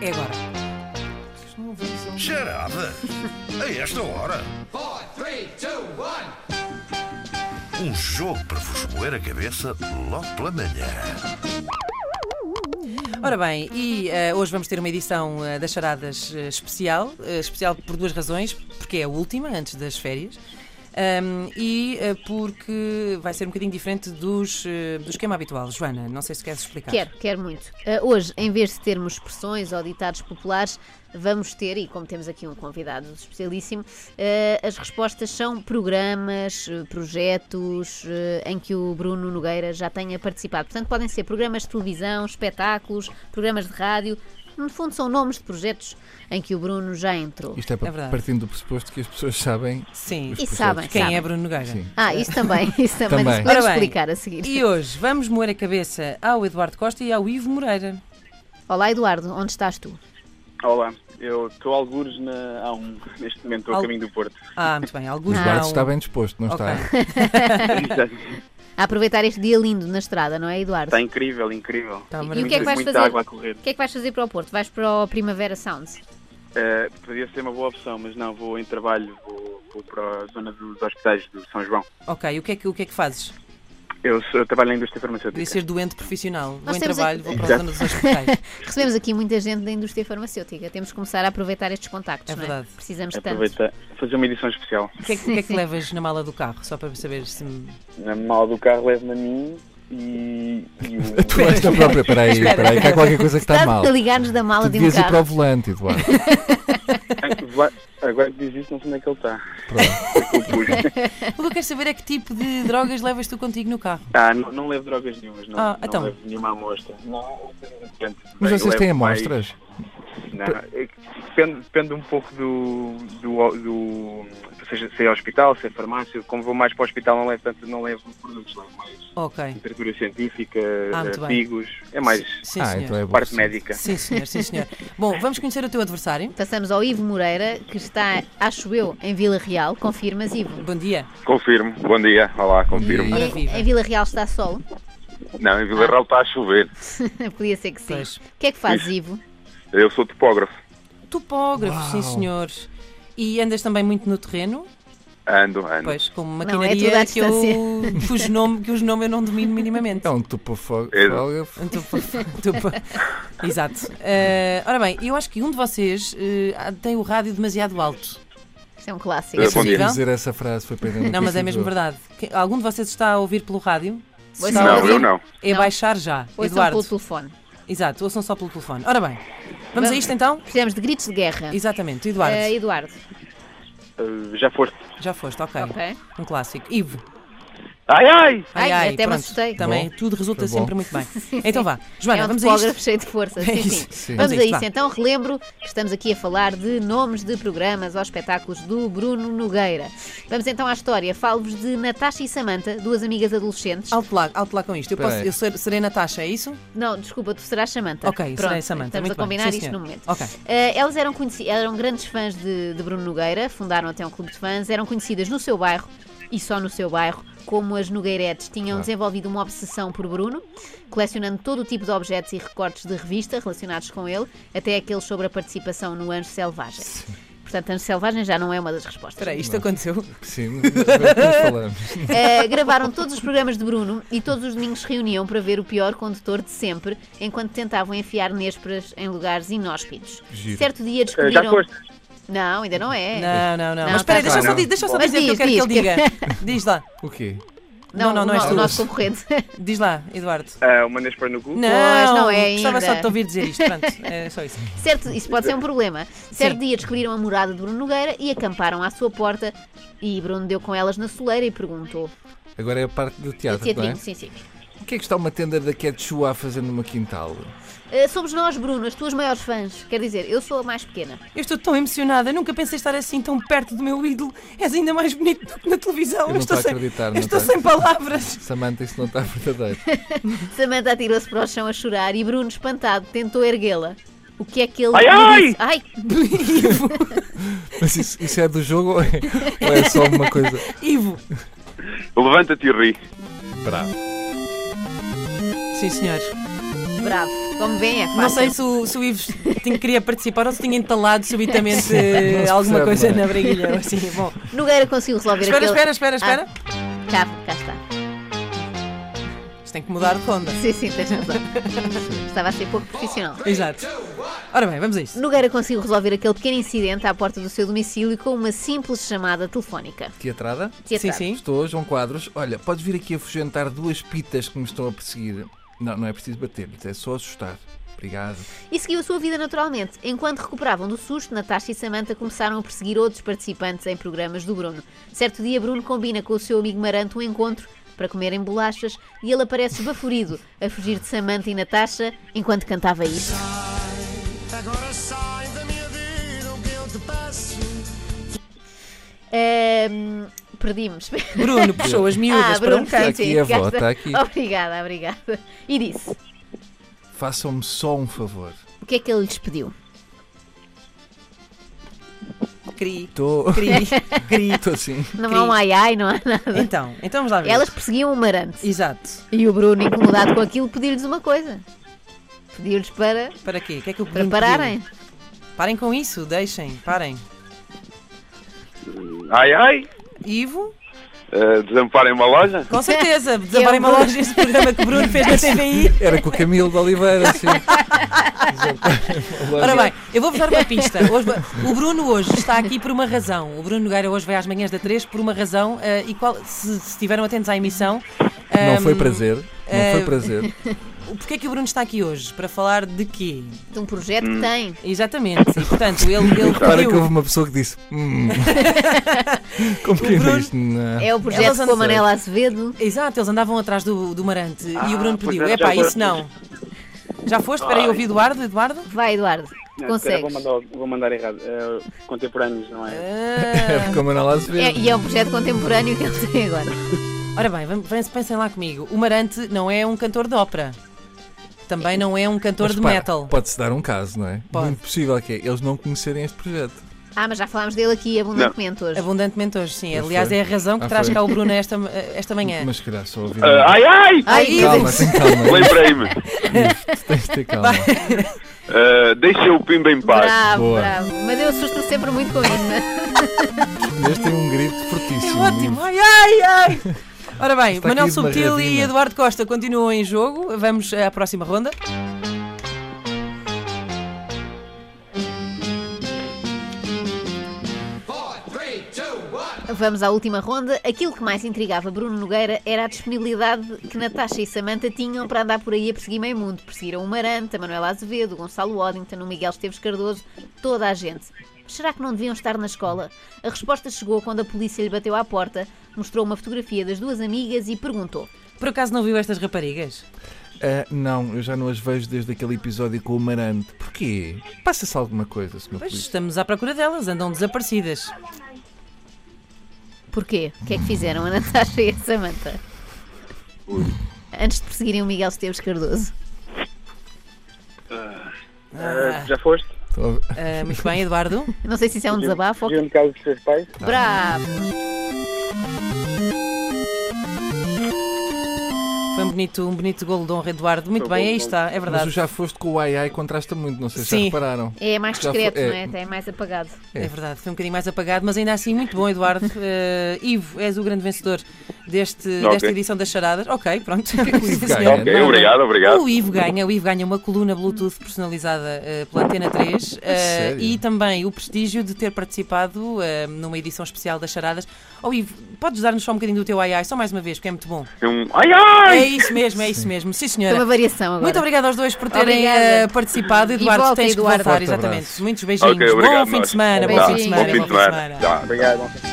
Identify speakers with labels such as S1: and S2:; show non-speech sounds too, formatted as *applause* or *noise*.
S1: É agora.
S2: Charadas? A esta hora? Um jogo para vos moer a cabeça logo pela manhã.
S1: Ora bem, e eh, hoje vamos ter uma edição eh, das charadas eh, especial, eh, especial por duas razões, porque é a última, antes das férias, ahm, e eh, porque vai ser um bocadinho diferente dos, eh, do esquema habitual. Joana, não sei se queres explicar.
S3: Quero, quero muito. Uh, hoje, em vez de termos expressões ou ditados populares, vamos ter, e como temos aqui um convidado especialíssimo, uh, as respostas são programas, uh, projetos uh, em que o Bruno Nogueira já tenha participado. Portanto, podem ser programas de televisão, espetáculos, programas de rádio. No fundo, são nomes de projetos em que o Bruno já entrou.
S4: Isto é, pa-
S1: verdade.
S4: partindo do pressuposto que as pessoas sabem.
S1: Sim.
S4: os
S3: E
S4: projetos.
S3: sabem.
S1: Quem é Bruno Nogueira?
S4: Sim.
S3: Ah, isso
S4: *laughs*
S3: também, isso também.
S4: Também.
S3: Vamos
S1: Ora bem.
S3: explicar a seguir.
S1: E hoje vamos moer a cabeça ao Eduardo Costa e ao Ivo Moreira.
S3: Olá, Eduardo, onde estás tu?
S5: Olá, eu estou algures na A1, *laughs* neste momento estou a
S1: Al-
S5: caminho do Porto.
S1: Ah, muito bem. Alguns
S4: Os Bartos
S1: não.
S4: está bem disposto, não
S1: Ok.
S4: está?
S3: A aproveitar este dia lindo na estrada, não é, Eduardo?
S5: Está Tá incrível, incrível.
S1: Está
S3: E o que
S1: maravilhoso.
S3: é que vais
S5: Muita
S3: fazer?
S5: água a correr.
S3: O que é que vais fazer para o Porto? Vais para o Primavera Sounds?
S5: Eh, podia ser uma boa opção, mas não, vou em trabalho, vou, vou para a zona dos hospitais do São João.
S1: Ok, o que é que, o que, é que fazes?
S5: Eu, sou- eu trabalho na indústria
S1: Podia
S3: é
S5: farmacêutica.
S1: ser doente profissional. Vou
S3: Nós
S1: em
S3: temos
S1: trabalho,
S3: aqui-
S1: vou para a zona dos hospitais.
S3: Recebemos aqui muita gente da indústria farmacêutica. Temos que começar a aproveitar estes contactos,
S1: É
S3: não é?
S1: verdade.
S3: Precisamos tanto.
S5: Aproveita, fazer uma edição especial.
S1: O que é que, o que é que levas na mala do carro? Só para saber se. me-
S5: Na mala do carro levo-me a mim e,
S3: *laughs*
S5: e
S4: *laughs*
S5: o-
S4: Tu és da própria. Espera aí, espera aí, que há qualquer coisa que está mal.
S3: Tanto a ligar-nos da mala
S4: Tu
S3: de um
S4: devias ir para o
S3: carro.
S4: volante, Eduardo.
S5: Vai- Agora que diz isso, não sei onde é que ele É está. *laughs*
S1: O que eu quero saber é que tipo de drogas levas tu contigo no carro.
S5: Ah, não, não levo drogas nenhumas, não,
S1: Ah,
S5: não
S1: então.
S5: levo nenhuma amostra. Não, depende.
S4: Mas
S5: Bem,
S4: vocês
S5: levo
S4: têm
S5: mais-
S4: amostras?
S5: Não, é que depende, depende um pouco do. do, do seja, se é hospital, se é farmácia. Como vou mais para o hospital, não levo tanto, não levo produtos, levo mais
S1: Ok.
S5: literatura científica,
S1: Ah, muito bem.
S5: artigos. É mais
S1: Sim,
S4: ah,
S1: senhor.
S4: então é bom.
S5: parte médica.
S1: Sim, senhor, sim, senhor. Bom, vamos conhecer o teu adversário.
S3: Passamos ao Ivo Moreira, que está, acho eu, em Vila Real. Confirmas, Ivo?
S1: Bom dia.
S6: Confirmo, bom dia, olá,
S5: um
S6: confirmo.
S1: Ora,
S3: E
S1: viva.
S3: em Vila Real está sol?
S6: Não, em
S1: Ah.
S6: Vila Real está a chover.
S3: *laughs* Podia ser que sim.
S1: Pois.
S3: O que é que fazes, Ivo?
S6: Eu sou topógrafo,
S1: Topógrafo, sim,
S4: Uau.
S1: senhores. E andas também muito no terreno,
S6: ando, ando.
S1: pois, com uma
S3: Não, é
S1: maquinaria
S3: tudo à
S1: que, eu, *laughs* cujo nome, cujo nome eu não domino minimamente. *laughs*
S4: É um tupafógrafo.
S1: Um tupo- tupo- Exato. Eh, ora bem, eu acho que um de vocês eh, tem o rádio demasiado alto.
S3: Isto é um clássico.
S6: Eh,
S1: bom dia.
S4: dizer essa frase
S1: *laughs*
S4: foi pena.
S1: Então? Não, mas é mesmo verdade. Que- Algum de vocês está a ouvir pelo rádio? Se
S3: Ouçam
S1: está a
S6: Não,
S1: ouvir,
S6: eu não.
S1: É
S3: Não.
S1: baixar já.
S3: Ouçam
S1: Eduardo.
S3: pelo telefone.
S1: Exato, ouçam só pelo telefone. Ora bem, vamos, a isto então?
S3: Precisamos de gritos de guerra.
S1: Exatamente, Eduardo,
S3: Eh, Eduardo,
S5: Uh, já foste.
S1: já foste, ok.
S3: ok.
S1: Um clássico. Ivo,
S5: Ai ai!
S1: ai,
S3: Ai,
S1: ai,
S3: até me
S1: pronto.
S3: assustei.
S1: Também
S4: Bom,
S1: tudo resulta
S4: foi bom.
S1: sempre muito
S3: *laughs*
S1: bem. Então vá, Joana,
S3: é um
S1: vamos a
S3: topógrafo
S1: isto.
S3: cheio de força.
S1: É
S3: sim,
S1: isso.
S3: sim.
S4: Sim.
S3: Vamos
S1: Vamos
S3: a
S1: a isto,
S3: isso.
S1: vá.
S3: Então, relembro que estamos aqui a falar de nomes de programas ou espetáculos do Bruno Nogueira. Vamos então à história. Falo-vos de Natasha e Samantha, duas amigas adolescentes.
S1: Alto lá, alto lá com isto. Eu,
S4: Espera
S1: posso,
S4: aí.
S1: eu ser, serei Natasha, é isso?
S3: Não, desculpa, tu serás Samantha.
S1: Ok,
S3: Pronto,
S1: serei Samantha.
S3: Estamos
S1: muito
S3: a combinar
S1: bem. Sim,
S3: isto
S1: senhor.
S3: no momento.
S1: Ok.
S3: Eh, elas eram, conheci- eram grandes fãs de, de Bruno Nogueira, fundaram até um clube de fãs, eram conhecidas no seu bairro e só no seu bairro. Como as Nogueiretes tinham desenvolvido uma obsessão por Bruno, colecionando todo o tipo de objetos e recortes de revista relacionados com ele, até aqueles sobre a participação no Anjo Selvagem. Portanto, Anjo Selvagem já não é uma das respostas.
S1: Espera aí, isto aconteceu.
S4: Sim, depois falamos.
S3: Uh, gravaram todos os programas de Bruno e todos os domingos reuniam para ver o pior condutor de sempre, enquanto tentavam enfiar nésperas em lugares inóspitos.
S4: Giro.
S3: Certo dia
S5: Eh, Já
S3: descobriram.
S5: foste.
S3: não, ainda não é.
S1: Não, não, não.
S3: Não,
S1: mas espera aí,
S3: tá
S1: deixa eu só,
S4: claro.
S1: di- deixa eu só
S3: Mas
S1: dizer o que eu quero
S3: diz,
S1: que ele diga.
S3: *laughs*
S1: Diz lá,
S4: O quê?
S1: Não, não, não
S3: o,
S1: és
S3: no-
S1: tu.
S3: o nosso concorrente. *laughs*
S1: diz lá, Eduardo.
S5: Ah, uma Nespera no cu?
S1: Não,
S3: não é
S1: gostava
S3: ainda.
S1: só de te ouvir dizer isto. Pronto, é só isso.
S3: certo, isso pode ser um problema. Certo dia descobriram a morada de Bruno Nogueira e acamparam à sua porta. E Bruno deu com elas na soleira e perguntou.
S4: Agora é a parte do teatro, não é?
S3: Teatrinho, sim, sim.
S4: O que é que está uma tenda da Quechua a fazer numa quintal?
S3: "Ah, somos nós, Bruno, as tuas maiores fãs. Quer dizer, eu sou a mais pequena.
S1: Eu estou tão emocionada, eu nunca pensei estar assim tão perto do meu ídolo. És ainda mais bonito do que na televisão.
S4: Eu não
S1: estou
S4: estou a
S1: sem,
S4: acreditar,
S1: eu
S4: não
S1: estou
S4: estou.
S1: sem palavras.
S4: Samanta, isso não está *laughs* verdadeiro.
S3: Samantha atirou-se para o chão a chorar e Bruno, espantado, tentou erguê-la. O que é que ele
S5: Ai,
S3: lhe
S5: ai!
S3: disse? Ai!
S1: *laughs* Ivo,
S4: Mas isso, isso é do jogo ou é, ou é só uma coisa?
S1: Ivo.
S6: Levanta-te e ri.
S4: Bravo.
S1: Sim, senhor.
S3: Bravo! Como vêem, é fácil.
S1: Não sei se o, se o Ives tinha- queria participar ou se tinha entalado subitamente eh,
S4: Não se
S1: alguma
S4: percebe,
S1: coisa
S4: não é?
S1: na briguilha. ou Assim, bom.
S3: Nogueira conseguiu resolver
S1: Espera,
S3: aquele... Ah,
S1: espera, espera, espera.
S3: Cá, cá está.
S1: Isto tem que mudar de onda.
S3: Sim, sim, tens razão. Estava a ser pouco profissional.
S1: Exato. Ora bem, vamos a isto.
S3: Nogueira conseguiu resolver aquele pequeno incidente à porta do seu domicílio com uma simples chamada telefónica.
S4: Teatrada?
S1: Sim,
S3: Teatral.
S1: sim.
S4: Estou, João Quadros. Olha, podes vir aqui afugentar duas pitas que me estão a perseguir. Não, não é preciso bater-lhes, é só assustar. Obrigado.
S3: E seguiu a sua vida naturalmente. Enquanto recuperavam do susto, Natasha e Samantha começaram a perseguir outros participantes em programas do Bruno. Certo dia, Bruno combina com o seu amigo Maranto um encontro para comerem bolachas e ele aparece esbaforido a fugir de Samantha e Natasha enquanto cantava isto.
S7: Agora sai da minha vida o que eu te peço.
S3: Ahm, Perdi-me. espera.
S1: Bruno puxou as miúdas
S3: ah,
S1: para
S3: Bruno,
S1: um canto.
S3: sim,
S4: Está
S3: sim,
S4: tá aqui a vó,
S3: cá
S4: está aqui.
S3: Obrigada, obrigada. E disse,
S4: Façam-me só um favor.
S3: o que é que ele lhes pediu?
S1: Cri,
S4: Estou. *laughs*
S1: cri, cri.
S4: Estou assim.
S3: Não há um ai ai, não há nada.
S1: Então, então vamos lá ver.
S3: Elas perseguiam o Marante.
S1: Exato.
S3: E o Bruno, incomodado com aquilo, pediu-lhes uma coisa. Pediu-lhes para,
S1: Para quê? O que é que o
S3: para
S1: Bruno
S3: pararem.
S1: pediu? Parem com isso, deixem, parem.
S6: Hum, Ai, ai,
S1: Ivo,
S6: eh, desamparem uma loja?
S1: com certeza, desabarem uma loja este programa que o Bruno fez na TVI.
S4: Era com o Camilo de Oliveira, assim.
S1: Ora bem, eu vou-vos dar uma pista. Hoje- o Bruno hoje está aqui por uma razão. O Bruno Nogueira hoje vai às manhãs da 3 por uma razão. eh, e qual, se se estiveram atentos à emissão.
S4: Não foi
S1: ehm,
S4: prazer. Não
S1: eh,
S4: foi prazer.
S1: *laughs* Porquê é que o Bruno está aqui hoje? Para falar de quê?
S3: De um projeto que tem.
S1: Exatamente. E, portanto, ele, ele
S4: Para que
S1: pediu-
S4: houve uma pessoa que disse:
S1: *laughs*
S4: Hum. Compreendo
S1: Bruno
S4: isto. Não.
S3: É o projeto
S1: Elas
S3: com a
S1: andam-
S3: Manela Azevedo.
S1: Exato, eles andavam atrás do, do Marante. e o Bruno
S6: pois
S1: pediu:
S6: é,
S1: epá,
S6: já
S1: isso
S6: foi.
S1: não. Já foste? Espera aí, ouvi Eduardo. Eduardo?
S4: *laughs*
S3: Vai, Eduardo. Tu
S5: Não, espera, Ah, vou
S3: consegues.
S5: mandar, vou mandar errado. Eh, contemporâneos, não é?
S4: É
S1: Ah.
S4: porque a Manuela Azevedo.
S3: É- e é um projeto contemporâneo que ele tem agora.
S1: Ora bem, vamos- pense- pensem lá comigo. O Marante não é um cantor de ópera. Também não é um cantor
S4: Mas
S1: de
S4: para,
S1: metal.
S4: Pode-se dar um caso, não é?
S1: Pode.
S4: Muito possível que é eles não conhecerem este projeto.
S3: Ah, mas já falámos dele aqui abundantemente hoje.
S1: Abundantemente hoje, sim.
S4: Pois
S1: Aliás,
S4: foi.
S1: é a razão que
S4: Ah,
S1: traz
S4: foi.
S1: cá o Bruno esta, esta manhã.
S4: Mas se calhar só ouvir.
S6: Eh, ai, ai!
S3: Ai,
S4: calma,
S3: Deus.
S4: tem calma.
S6: Lembrei-me.
S4: Tu Tens de ter calma.
S6: Eh, deixa o Pimba em paz.
S3: bravo,
S4: Boa.
S3: bravo. Mas eu assusto-me sempre muito com isso.
S4: Este tem um grito
S1: É
S4: fortíssimo.
S1: ótimo. Ai, ai,
S4: *laughs*
S1: ai. Ora bem,
S4: Está aqui
S1: Manuel
S4: uma
S1: Subtil e
S4: ravina.
S1: Eduardo Costa continuam em jogo. Vamos à próxima ronda.
S3: Vamos à última ronda. Aquilo que mais intrigava Bruno Nogueira era a disponibilidade que Natasha e Samantha tinham para andar por aí a perseguir meio mundo. Perseguiram o Maranta, a Manuela Azevedo, o Gonçalo Oddington, o Miguel Esteves Cardoso, toda a gente. Mas será que não deviam estar na escola? A resposta chegou quando a polícia lhe bateu à porta, mostrou uma fotografia das duas amigas e perguntou.
S1: Por acaso não viu estas raparigas?
S4: Ah, não, eu já não as vejo desde aquele episódio com o Marante. Porquê? Passa-se alguma coisa, senhor
S1: Pois
S4: polícia?
S1: estamos à procura delas, andam desaparecidas.
S3: Porquê? O que é que fizeram a Natasha e a Samantha? Antes de perseguirem o Miguel Esteves Cardoso.
S5: Eh, já foste?
S4: Estou a ver-
S1: Ah, muito bem, Eduardo.
S3: Não sei se isso é um desabafo ou
S5: Viu no caso dos seus pais?
S3: Bravo!
S1: Foi um bonito, um bonito gol de honra, Eduardo. Muito bem, aí está, é
S4: Mas o
S1: verdade.
S4: já foste com o ai ai contrasta muito, não sei se
S1: Sim.
S4: já repararam.
S3: É mais
S4: Já
S3: discreto,
S4: foi- é.
S3: não é? Até é mais apagado.
S1: É verdade, foi um bocadinho mais apagado, mas ainda assim muito bom,
S4: *laughs*
S1: Eduardo. Eh, Ivo, és o grande vencedor deste, desta
S6: Ok.
S1: edição das charadas. Ok, pronto.
S4: é
S1: Sim,
S4: ganha,
S1: *laughs* senhor.
S4: não
S6: Ok, obrigado, obrigado.
S1: O Ivo ganha, o Ivo ganha uma coluna Bluetooth personalizada eh, pela Antena 3 eh,
S4: sério?
S1: e também o prestígio de ter participado eh, numa edição especial das charadas. Oh Ivo, podes dar-nos só um bocadinho do teu ai ai, só mais uma vez, porque é muito bom.
S6: Um ai, ai!
S1: É isso mesmo, é isso mesmo. Sim,
S3: Foi uma
S1: senhora.
S3: variação Então, agora.
S1: Muito obrigada aos dois por terem
S3: Obrigada.
S1: eh, participado. Eduardo,
S3: volta,
S1: tens
S3: Eduardo.
S1: que voltar,
S4: Forte
S1: exatamente.
S4: abraço.
S1: Muitos beijinhos.
S6: Ok, obrigado.
S1: bom fim de
S6: nós.
S1: semana, bom fim
S6: Tá,
S1: de
S3: Beijinhos.
S1: semana.
S6: Bom fim de semana. Tá.
S5: Obrigado.